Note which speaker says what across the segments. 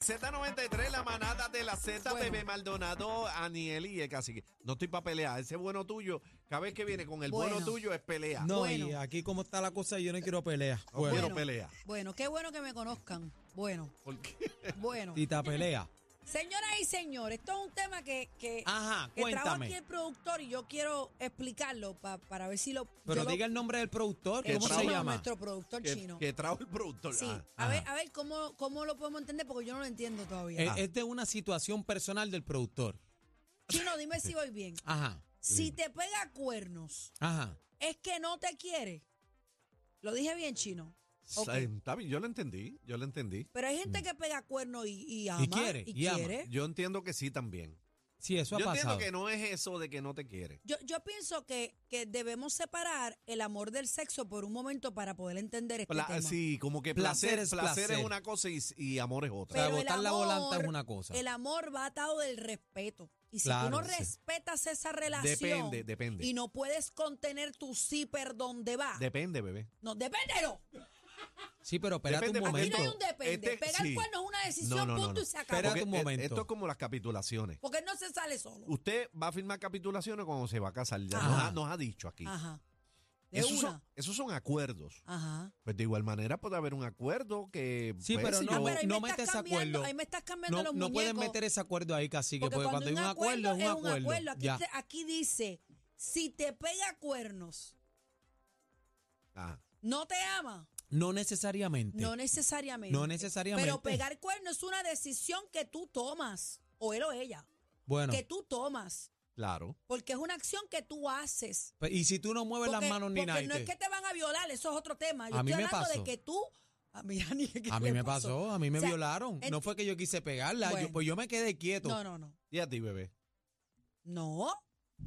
Speaker 1: Z93, la manada de la Z, bebé Maldonado, Aniel y el cacique. No estoy para pelear. Ese bueno tuyo, cada vez que viene con el bueno,
Speaker 2: Bueno.
Speaker 1: tuyo es pelea. No,
Speaker 3: No,
Speaker 2: Bueno.
Speaker 3: y aquí como está la cosa, yo no quiero pelea.
Speaker 1: quiero
Speaker 3: Bueno,
Speaker 1: pelea.
Speaker 2: Bueno, qué bueno que me conozcan. Bueno,
Speaker 1: ¿Por qué?
Speaker 2: bueno.
Speaker 3: tita pelea.
Speaker 2: Señoras y señores, esto es un tema que, que,
Speaker 3: Ajá,
Speaker 2: que trajo aquí
Speaker 3: cuéntame.
Speaker 2: el productor y yo quiero explicarlo pa- para ver si lo...
Speaker 3: Pero
Speaker 2: yo lo-
Speaker 3: diga el nombre del productor,
Speaker 2: el
Speaker 3: ¿cómo
Speaker 2: chino,
Speaker 3: se llama?
Speaker 2: Nuestro productor
Speaker 1: Que,
Speaker 2: chino.
Speaker 1: que trajo el productor.
Speaker 2: sí,
Speaker 1: Ah,
Speaker 2: a
Speaker 3: ajá.
Speaker 2: ver, a ver cómo, cómo lo podemos entender porque yo no lo entiendo todavía.
Speaker 1: Ah.
Speaker 3: Eh, Es de una situación personal del productor.
Speaker 2: Chino, dime si voy bien.
Speaker 3: Ajá,
Speaker 2: Si te pega cuernos,
Speaker 3: ajá.
Speaker 2: es que no te quiere. Lo dije bien, chino. Ok.
Speaker 1: eh, está bien, yo lo entendí, yo lo entendí.
Speaker 2: Pero hay gente que pega cuernos y, y ama.
Speaker 3: quiere, Mm. y ama.
Speaker 1: Yo entiendo que sí también.
Speaker 3: Sí, ¿Eh? eso ha
Speaker 1: yo
Speaker 3: pasado.
Speaker 1: entiendo que no es eso de que no te quiere.
Speaker 2: Yo, yo pienso que, que debemos separar el amor del sexo por un momento para poder entender este
Speaker 1: Pla-
Speaker 2: tema.
Speaker 1: sí, como que placer,
Speaker 3: Placer
Speaker 1: placer, es,
Speaker 3: es placer.
Speaker 1: una cosa y, y amor es
Speaker 3: O
Speaker 1: otra.
Speaker 3: sea,
Speaker 2: pero el
Speaker 3: botar la
Speaker 2: amor-
Speaker 3: volanta es una cosa.
Speaker 2: El amor va atado del respeto. Y si tú
Speaker 3: Claro,
Speaker 2: no
Speaker 3: sí.
Speaker 2: respetas esa relación
Speaker 1: Depende, depende.
Speaker 2: y no puedes contener tu zipper donde va,
Speaker 1: Depende, bebé.
Speaker 2: no, depende no.
Speaker 3: Sí, pero espérate un
Speaker 1: Depende, porque
Speaker 2: Aquí no hay
Speaker 3: momento.
Speaker 2: un depende.
Speaker 1: Este-
Speaker 2: Pegar
Speaker 1: sí.
Speaker 2: cuernos es una decisión,
Speaker 1: No, no, no,
Speaker 2: punto
Speaker 1: no.
Speaker 2: y se acabó.
Speaker 3: Espérate
Speaker 1: Porque,
Speaker 3: un
Speaker 1: eh,
Speaker 3: momento.
Speaker 1: Esto es como las capitulaciones.
Speaker 2: Porque no se sale solo.
Speaker 1: Usted va a firmar capitulaciones cuando se va a casar. Ya
Speaker 2: Ajá.
Speaker 1: nos ha, nos ha dicho aquí.
Speaker 2: Ajá. Ah, De
Speaker 1: Esos
Speaker 2: una.
Speaker 1: son, esos son acuerdos.
Speaker 2: Ajá. Ah,
Speaker 1: Pues de igual manera puede haber un acuerdo que.
Speaker 3: Sí,
Speaker 1: pues,
Speaker 3: pero
Speaker 1: si
Speaker 3: no-
Speaker 2: Ah,
Speaker 1: yo-
Speaker 2: pero ahí
Speaker 3: no
Speaker 2: me
Speaker 3: metes
Speaker 2: estás cambiando,
Speaker 3: acuerdo.
Speaker 2: ahí me estás cambiando
Speaker 3: No,
Speaker 2: los
Speaker 3: no pueden
Speaker 2: muñecos.
Speaker 3: meter ese acuerdo ahí, cacique, porque, cuando hay un acuerdo, es un acuerdo.
Speaker 2: Aquí,
Speaker 3: Ya.
Speaker 2: te- aquí dice, si te pega cuernos,
Speaker 1: Ajá.
Speaker 2: no te ama.
Speaker 3: No necesariamente.
Speaker 2: No necesariamente.
Speaker 3: No necesariamente.
Speaker 2: Pero pegar cuernos es una decisión que tú tomas, o él o ella,
Speaker 3: Bueno,
Speaker 2: que tú tomas,
Speaker 1: Claro.
Speaker 2: porque es una acción que tú haces.
Speaker 3: pues, y si tú no mueves
Speaker 2: porque,
Speaker 3: las manos ni
Speaker 2: porque
Speaker 3: nada. y
Speaker 2: no es
Speaker 3: te-
Speaker 2: que te van a violar, eso es otro tema. Yo
Speaker 3: A
Speaker 2: estoy
Speaker 3: mí me
Speaker 2: hablando de
Speaker 3: pasó.
Speaker 2: que tú... A mí, Ani, ¿qué
Speaker 3: A
Speaker 2: le
Speaker 3: mí me pasó, a mí me
Speaker 2: O sea,
Speaker 3: violaron.
Speaker 2: en-
Speaker 3: No fue que yo quise pegarla,
Speaker 2: Bueno.
Speaker 3: yo, pues yo me quedé quieto.
Speaker 2: No, no, no.
Speaker 1: ¿Y a ti, bebé?
Speaker 2: No.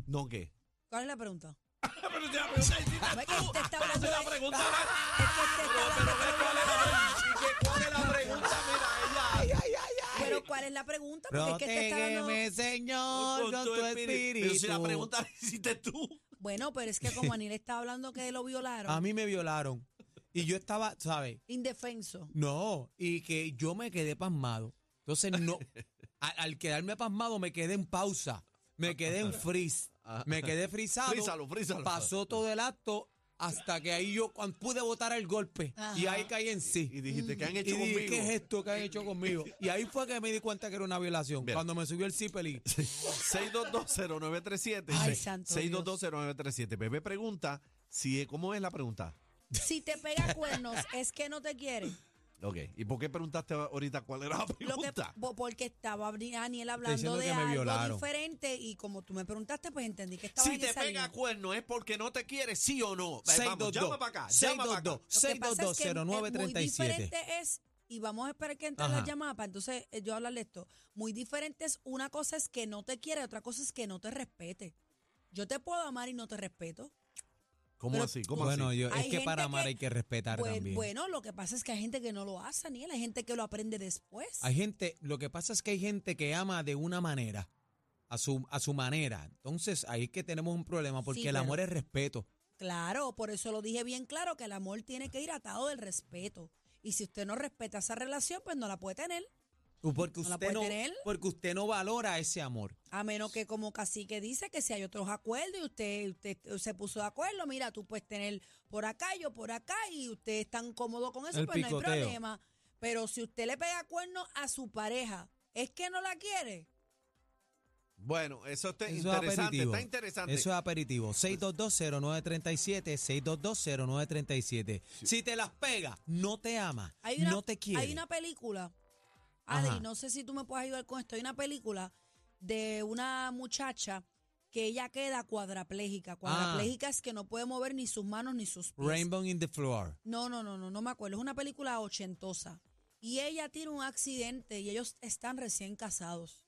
Speaker 1: ¿No qué?
Speaker 2: ¿Cuál es la pregunta?
Speaker 1: pero te la pregunta es
Speaker 2: No, es que usted está hablando de- Ah,
Speaker 1: pregunta
Speaker 2: es que usted está hablando de-
Speaker 1: ¿Cuál es la pregunta? Mira, ella.
Speaker 2: Pero ¿cuál es la pregunta? Porque es que te está dando...
Speaker 3: Protégeme, Señor, con tu espíritu.
Speaker 1: Pero si la pregunta la hiciste tú.
Speaker 2: Bueno, pero es que como Anil está hablando que lo violaron,
Speaker 3: A mí me violaron. Y yo estaba, ¿sabes?
Speaker 2: indefenso.
Speaker 3: No, y que yo me quedé pasmado. Entonces, no. a- al, quedarme pasmado, me quedé en pausa. Me quedé en freeze. Me quedé frisado.
Speaker 1: Frízalo, frízalo.
Speaker 3: Pasó todo el acto hasta que ahí yo cuan- pude botar el golpe. Y
Speaker 2: Ajá.
Speaker 3: ahí caí en sí.
Speaker 1: Y dijiste, ¿qué han hecho
Speaker 3: Mm. Y dije,
Speaker 1: conmigo?
Speaker 3: ¿qué es esto que han hecho conmigo? Y ahí fue que me di cuenta que era una violación.
Speaker 1: Mira.
Speaker 3: Cuando me subió el cipeli.
Speaker 1: 6220937.
Speaker 2: Ay,
Speaker 1: dice,
Speaker 2: santo
Speaker 1: 6220937. Bebé pregunta si cómo es la pregunta.
Speaker 2: Si te pega cuernos, es que no te quiere.
Speaker 1: Ok. ¿Y por qué preguntaste ahorita cuál era la
Speaker 2: Lo que,
Speaker 1: pregunta?
Speaker 2: bo- porque estaba Ani- Aniel hablando
Speaker 3: diciendo
Speaker 2: de
Speaker 3: que me
Speaker 2: algo
Speaker 3: violaron.
Speaker 2: diferente y como tú me preguntaste, pues entendí que estaba
Speaker 1: Si
Speaker 2: en
Speaker 1: te
Speaker 2: esa
Speaker 1: pega
Speaker 2: línea.
Speaker 1: cuerno es porque no te quiere, sí o no. Eh, Vamos, llama para acá. Llama para acá.
Speaker 2: Lo
Speaker 3: 622
Speaker 2: que pasa es que es- Muy
Speaker 3: 622-0937.
Speaker 2: diferente es, y vamos a esperar que entre la
Speaker 3: Ajá.
Speaker 2: llamada para entonces eh, yo hablarle esto. Muy diferente es, una cosa es que no te quiere, otra cosa es que no te respete. Yo te puedo amar y no te respeto.
Speaker 1: ¿Cómo
Speaker 2: Pero-
Speaker 1: así? ¿Cómo
Speaker 3: Bueno,
Speaker 1: así?
Speaker 3: yo,
Speaker 2: Hay
Speaker 3: es que para
Speaker 2: gente
Speaker 3: amar
Speaker 2: que-
Speaker 3: hay que respetar
Speaker 2: Pues,
Speaker 3: también.
Speaker 2: Bueno, lo que pasa es que hay gente que no lo hace, ni hay gente que lo aprende después.
Speaker 3: Hay gente, lo que pasa es que hay gente que ama de una manera, a su, a su manera. Entonces ahí es que tenemos un problema, porque
Speaker 2: Sí,
Speaker 3: el
Speaker 2: pero-
Speaker 3: amor es respeto.
Speaker 2: Claro, por eso lo dije bien claro, que el amor tiene que ir atado del respeto. Y si usted no respeta esa relación, pues no la puede tener.
Speaker 3: Porque
Speaker 2: ¿No la
Speaker 3: usted
Speaker 2: puede
Speaker 3: no,
Speaker 2: tener?
Speaker 3: porque usted no valora ese amor.
Speaker 2: A menos que como cacique dice que si hay otros acuerdos y usted, usted se puso de acuerdo, mira, tú puedes tener por acá, yo por acá, y usted es tan cómodo con eso,
Speaker 3: El
Speaker 2: pues no hay
Speaker 3: picoteo.
Speaker 2: problema. Pero si usted le pega cuernos a su pareja, es que no la quiere.
Speaker 1: Bueno, eso está
Speaker 3: Eso es
Speaker 1: interesante.
Speaker 3: aperitivo.
Speaker 1: Está interesante.
Speaker 3: Eso es aperitivo. 6220937, 6220937. Si te las pega, no te ama,
Speaker 2: Hay una,
Speaker 3: no te quiere.
Speaker 2: Hay una película,
Speaker 3: Ajá.
Speaker 2: Adri, no sé si tú me puedes ayudar con esto. Hay una película de una muchacha que ella queda
Speaker 3: Ah.
Speaker 2: cuadraplégica. Cuadraplégica es que no puede mover ni sus manos ni sus pies.
Speaker 3: Rainbow in the floor.
Speaker 2: No, no, no, no, no me acuerdo. Es una película ochentosa. y ella tiene un accidente y ellos están recién casados.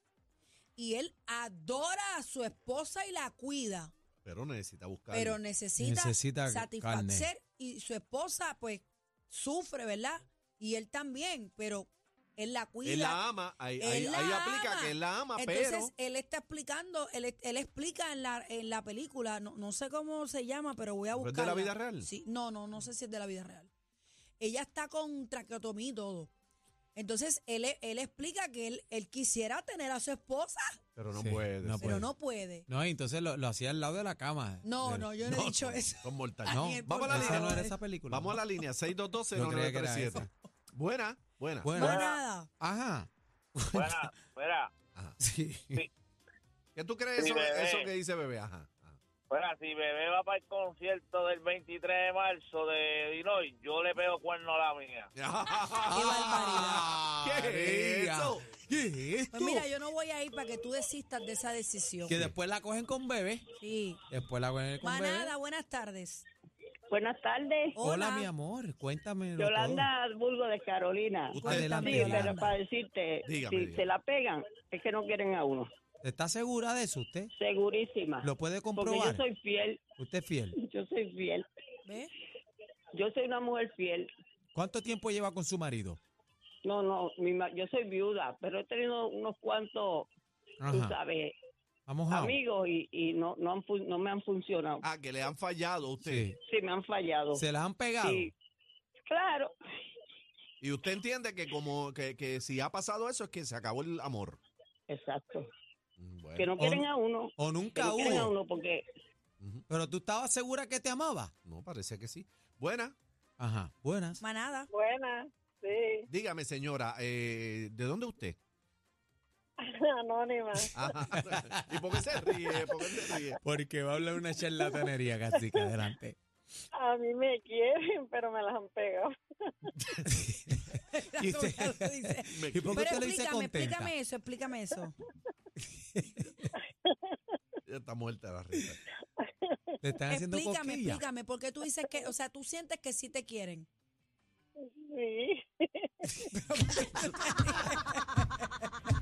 Speaker 2: Y él adora a su esposa y la cuida,
Speaker 1: Pero necesita buscar.
Speaker 2: pero necesita,
Speaker 3: Necesita
Speaker 2: satisfacer y su esposa pues sufre, ¿verdad? Y él también, pero él la cuida.
Speaker 1: él la ama, ahí,
Speaker 2: Él
Speaker 1: ahí-
Speaker 2: la
Speaker 1: ahí aplica
Speaker 2: ama.
Speaker 1: que él la ama,
Speaker 2: Entonces,
Speaker 1: pero
Speaker 2: él está explicando, él, él explica en la, en la película, no, no sé cómo se llama, pero voy a
Speaker 1: ¿Pero
Speaker 2: buscar.
Speaker 1: es de la vida real?
Speaker 2: Sí, no, no, no sé si es de la vida real. Ella está con traqueotomía y todo. Entonces, él, él explica que él, él quisiera tener a su esposa,
Speaker 1: pero no
Speaker 3: Sí,
Speaker 1: puede.
Speaker 3: no
Speaker 1: sí.
Speaker 2: pero
Speaker 3: puede.
Speaker 2: no puede.
Speaker 3: No, y entonces lo, lo hacía al lado de la cama.
Speaker 2: No,
Speaker 3: Del-
Speaker 2: no, yo no, he dicho eso.
Speaker 1: Son mortales.
Speaker 3: No,
Speaker 2: Daniel,
Speaker 1: vamos
Speaker 2: por
Speaker 1: a la
Speaker 3: Esa
Speaker 1: línea.
Speaker 3: no era
Speaker 2: favor.
Speaker 3: esa película.
Speaker 1: Vamos a la línea,
Speaker 3: No creía que era
Speaker 1: 6220937.
Speaker 3: esa.
Speaker 1: buena, buena.
Speaker 3: Bueno,
Speaker 2: No, nada.
Speaker 3: ajá.
Speaker 4: Fuera, fuera,
Speaker 3: Sí.
Speaker 1: ¿Qué tú crees
Speaker 4: Sí,
Speaker 1: eso,
Speaker 4: bebé.
Speaker 1: eso que dice bebé? Ajá. ajá.
Speaker 4: fuera. Si bebé va para el concierto del 23 de marzo de Dinoy, yo le pego cuerno a la mía.
Speaker 1: barbaridad. ¿Qué es
Speaker 3: María.
Speaker 1: esto?
Speaker 3: ¿Qué es esto?
Speaker 2: Pues mira, yo no voy a ir para que tú desistas de esa decisión.
Speaker 3: que después la cogen con bebé.
Speaker 2: Sí.
Speaker 3: Después la cogen con bebé.
Speaker 2: Manada, buenas tardes.
Speaker 5: Buenas tardes,
Speaker 3: Hola, mi amor, cuéntame.
Speaker 5: Yolanda Burgo de Carolina.
Speaker 1: Usted-
Speaker 3: Adelante,
Speaker 5: Sí, pero
Speaker 3: Yolanda.
Speaker 5: para decirte,
Speaker 1: Dígame,
Speaker 5: si
Speaker 1: dígame.
Speaker 5: se la pegan, es que no quieren a uno.
Speaker 3: ¿Está segura de eso usted?
Speaker 5: Segurísima.
Speaker 3: ¿Lo puede
Speaker 5: porque
Speaker 3: comprobar?
Speaker 5: yo soy fiel,
Speaker 3: Usted es fiel.
Speaker 5: yo soy fiel.
Speaker 2: ¿Ves?
Speaker 5: Yo soy una mujer fiel.
Speaker 3: ¿Cuánto tiempo lleva con su marido?
Speaker 5: No, no, mi ma- yo soy viuda, pero he tenido unos cuantos, tú
Speaker 3: Ajá.
Speaker 5: sabes,
Speaker 3: Vamos a
Speaker 5: amigos y, y no, no, han fun- no me han funcionado.
Speaker 1: Ah, que le han fallado a usted.
Speaker 3: Sí.
Speaker 5: Sí, me han fallado.
Speaker 3: ¿Se las han pegado?
Speaker 5: Sí. Claro,
Speaker 1: Y usted entiende que como que, que si ha pasado eso es que se acabó el amor.
Speaker 5: exacto.
Speaker 1: Mm, bueno.
Speaker 5: Que no quieren a uno.
Speaker 3: ¿O
Speaker 5: Que
Speaker 3: nunca
Speaker 5: no quieren a
Speaker 3: hubo?
Speaker 5: uno porque
Speaker 1: Ujú.
Speaker 3: ¿Pero tú estabas segura que te amaba?
Speaker 1: No, parece que sí. Buena,
Speaker 3: Ajá. Buenas.
Speaker 2: Manada.
Speaker 6: Buenas, sí,
Speaker 1: dígame señora, eh, ¿de dónde usted?
Speaker 6: anónima.
Speaker 1: Ajá. ¿Y por qué se ríe? ¿Por qué se ríe?
Speaker 3: Porque va a hablar una charlatanería, Cacique, adelante.
Speaker 6: A mí me quieren, pero me las han pegado.
Speaker 3: Y usted-
Speaker 2: Lo dice.
Speaker 1: Me-
Speaker 3: ¿Y por qué
Speaker 2: Pero
Speaker 3: usted lo dice
Speaker 2: explícame,
Speaker 3: contenta?
Speaker 2: explícame eso, explícame eso.
Speaker 1: Ella Está muerta la risa.
Speaker 3: Te están haciendo
Speaker 2: explícame,
Speaker 3: cosquillas.
Speaker 2: explícame, porque tú dices que, o sea, tú sientes que sí te quieren.
Speaker 6: Sí,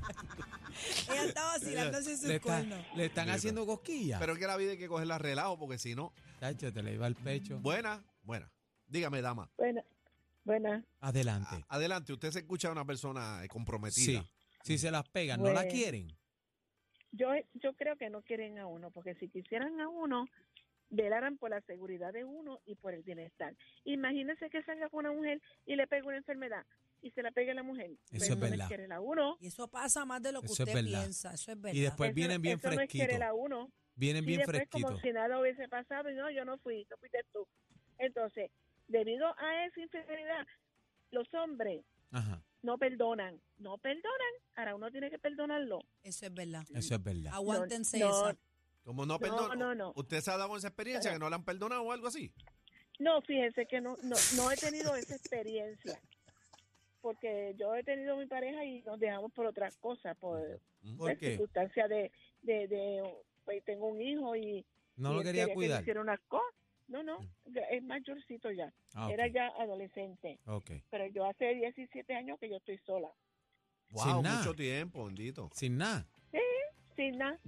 Speaker 2: Ella estaba vacilándose
Speaker 3: Le,
Speaker 2: sus
Speaker 3: está-
Speaker 2: cuernos.
Speaker 3: le están
Speaker 1: Mira.
Speaker 3: haciendo cosquillas.
Speaker 1: Pero es que la vida hay que cogerla relajo porque si no,
Speaker 3: Chacho, te le iba al pecho.
Speaker 1: buena, buena. Dígame, dama.
Speaker 6: buena, buena.
Speaker 3: Adelante.
Speaker 1: A- Adelante, usted se escucha a una persona eh, comprometida.
Speaker 3: sí. Si se las pegan, ¿no la
Speaker 6: Bueno.
Speaker 3: quieren?
Speaker 6: Yo, yo creo que no quieren a uno, porque si quisieran a uno, velaran por la seguridad de uno y por el bienestar. Imagínense que salga con una mujer y le pegue una enfermedad y se la pegue la mujer.
Speaker 3: Eso
Speaker 6: Pues
Speaker 3: es
Speaker 6: no es
Speaker 3: verdad.
Speaker 6: querer a uno.
Speaker 2: Y eso pasa más de lo que
Speaker 3: Eso es
Speaker 2: usted
Speaker 3: verdad.
Speaker 2: piensa, eso es verdad.
Speaker 3: Y después
Speaker 6: Eso-
Speaker 3: Pues vienen bien
Speaker 6: eso No es
Speaker 3: fresquitos.
Speaker 6: querer a uno.
Speaker 3: Vienen
Speaker 6: Y
Speaker 3: bien
Speaker 6: después
Speaker 3: fresquitos.
Speaker 6: como si nada hubiese pasado y no, yo no fui, no fuiste tú. Entonces, debido a esa infidelidad, los hombres
Speaker 3: Ajá.
Speaker 6: no perdonan, no perdonan, ahora uno tiene que perdonarlo.
Speaker 2: Eso es verdad.
Speaker 3: Eso es verdad.
Speaker 6: Ah,
Speaker 2: Aguántense
Speaker 6: No,
Speaker 2: esa.
Speaker 1: Como no
Speaker 6: No,
Speaker 1: perdona.
Speaker 6: no, no.
Speaker 1: ¿Usted se ha dado esa experiencia que no la han perdonado o algo así?
Speaker 6: No, fíjense que no, no, no he tenido esa experiencia, porque yo he tenido mi pareja y nos dejamos por otras cosas, por, pues,
Speaker 3: ¿Por qué?
Speaker 6: circunstancias de, de, de, pues tengo un hijo y
Speaker 3: No
Speaker 6: y
Speaker 3: lo
Speaker 6: él
Speaker 3: quería
Speaker 6: que yo
Speaker 3: cuidar. Mm.
Speaker 6: hiciera unas cosas. No, no, ya es mayorcito ya,
Speaker 3: Ah, ok.
Speaker 6: era ya adolescente.
Speaker 3: Ok.
Speaker 6: pero yo hace 17 años que yo estoy sola.
Speaker 1: Wow,
Speaker 3: Sin nada.
Speaker 1: mucho tiempo, bendito.
Speaker 3: Sin nada.
Speaker 6: Sin nada,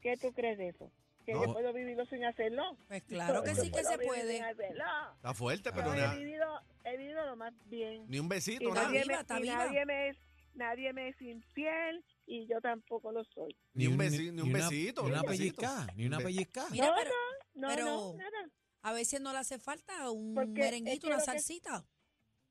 Speaker 6: ¿qué tú crees de eso? ¿Que
Speaker 1: No.
Speaker 6: yo puedo vivirlo sin hacerlo?
Speaker 2: Pues claro que
Speaker 6: Yo
Speaker 2: sí que
Speaker 6: puedo
Speaker 2: se
Speaker 6: vivir
Speaker 2: puede.
Speaker 6: sin hacerlo.
Speaker 1: Está fuerte,
Speaker 3: Ah.
Speaker 1: pero
Speaker 6: Yo he
Speaker 1: nada-
Speaker 6: vivido, he vivido lo más bien.
Speaker 1: ni un
Speaker 6: Y
Speaker 1: besito,
Speaker 2: Está
Speaker 1: nada.
Speaker 6: nadie,
Speaker 2: viva,
Speaker 6: me,
Speaker 2: está
Speaker 6: y
Speaker 2: viva.
Speaker 6: nadie me es, nadie me es infiel y yo tampoco lo soy.
Speaker 1: Ni un besi- ni un
Speaker 3: una-
Speaker 1: besito,
Speaker 3: Ni
Speaker 1: ni
Speaker 3: una
Speaker 1: un besito.
Speaker 3: pellizca. Ni una
Speaker 1: Ve-
Speaker 3: pellizca.
Speaker 2: Mira,
Speaker 6: No,
Speaker 2: pero
Speaker 6: No,
Speaker 2: Pero-
Speaker 6: no, nada.
Speaker 2: a veces no le hace falta un
Speaker 6: Porque es
Speaker 2: merenguito,
Speaker 6: que
Speaker 2: una
Speaker 6: lo que-
Speaker 2: salsita.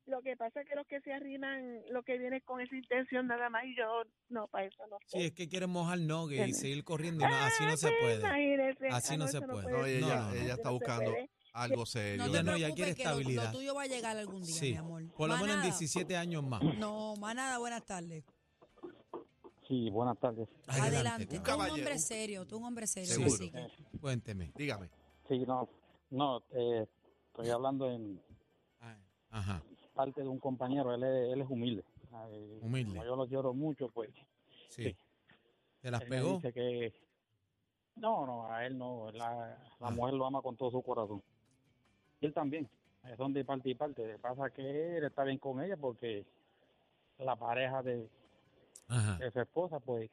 Speaker 6: Lo que pasa es que los que se arriman, lo que viene con esa intención nada más y yo, no, para eso no.
Speaker 3: Si
Speaker 6: soy.
Speaker 3: es que quieren mojar nogue y
Speaker 6: Tiene.
Speaker 3: seguir corriendo, y no, así no se
Speaker 6: Pues
Speaker 3: puede.
Speaker 6: imagínese.
Speaker 3: Así
Speaker 6: Ah,
Speaker 3: no se
Speaker 6: eso
Speaker 3: puede.
Speaker 1: No, ella,
Speaker 3: No, no, no.
Speaker 1: ella
Speaker 6: Eso
Speaker 1: está
Speaker 6: no se
Speaker 1: buscando
Speaker 6: puede.
Speaker 1: algo serio.
Speaker 2: No te
Speaker 3: Ya no, ya quiere
Speaker 2: preocupes que lo, lo
Speaker 3: estabilidad.
Speaker 2: tuyo va a llegar algún día,
Speaker 3: Sí.
Speaker 2: mi amor.
Speaker 3: Por lo menos en
Speaker 2: Manada.
Speaker 3: 17 años más.
Speaker 2: No, manada, buenas tardes.
Speaker 7: Sí, buenas tardes.
Speaker 2: Adelante.
Speaker 3: Adelante.
Speaker 2: Tú
Speaker 1: caballo.
Speaker 2: un hombre serio, tú un hombre serio.
Speaker 1: Seguro.
Speaker 2: así que-
Speaker 3: Cuénteme.
Speaker 1: Dígame.
Speaker 7: Sí, no, no, eh, estoy hablando en
Speaker 3: Ajá.
Speaker 7: parte de un compañero, él es, él es humilde. Ay,
Speaker 3: Humilde.
Speaker 7: Como yo lo quiero mucho, pues.
Speaker 3: Sí.
Speaker 7: Sí.
Speaker 3: ¿Te las
Speaker 7: él me
Speaker 3: pegó?
Speaker 7: Dice que, no, no, a él no, la, la
Speaker 3: Ah.
Speaker 7: mujer lo ama con todo su corazón. Y él también, eh, son de parte y parte. Pasa que él está bien con ella porque la pareja de,
Speaker 3: Ajá.
Speaker 7: de su esposa, pues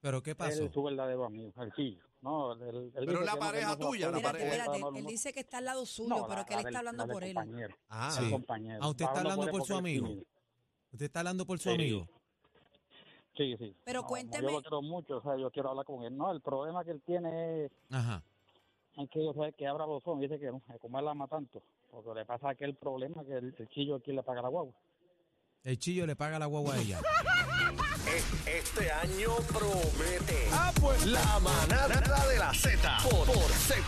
Speaker 3: Pero ¿qué
Speaker 7: él
Speaker 3: pasó?
Speaker 7: es su verdadero amigo, el fillo. No, él- él dice
Speaker 1: Pero la
Speaker 7: que no, que
Speaker 1: pareja
Speaker 7: no se la
Speaker 1: tuya, la
Speaker 7: puede
Speaker 2: Espérate,
Speaker 1: pareja.
Speaker 7: porque
Speaker 2: espérate.
Speaker 7: no, no,
Speaker 2: Él
Speaker 7: no.
Speaker 2: dice que está al lado suyo,
Speaker 7: No, la-
Speaker 2: pero que él
Speaker 7: la
Speaker 2: está
Speaker 7: del-
Speaker 2: hablando
Speaker 7: la del
Speaker 2: por él.
Speaker 7: compañero,
Speaker 1: Ah,
Speaker 7: el
Speaker 3: Sí.
Speaker 7: compañero.
Speaker 3: Ah, usted
Speaker 7: Va
Speaker 3: está
Speaker 7: hablando
Speaker 3: hablando por
Speaker 7: él
Speaker 3: su
Speaker 7: porque él es
Speaker 3: amigo.
Speaker 7: tímido.
Speaker 3: Usted está hablando por su
Speaker 7: Sí.
Speaker 3: amigo.
Speaker 7: Sí, sí.
Speaker 2: Pero
Speaker 7: No, como
Speaker 2: cuénteme-
Speaker 7: Yo lo quiero mucho, o sea, yo quiero hablar con él. No, el problema que él tiene es
Speaker 3: Ajá.
Speaker 7: es que yo sé que abra los ojos y dice que no, que como él ama tanto. Porque le pasa aquel problema que el, el chillo aquí le paga la guagua.
Speaker 3: El chillo le paga la guagua a ella.
Speaker 8: Este año promete. Ah, pues. La manada de la Z por, por Z.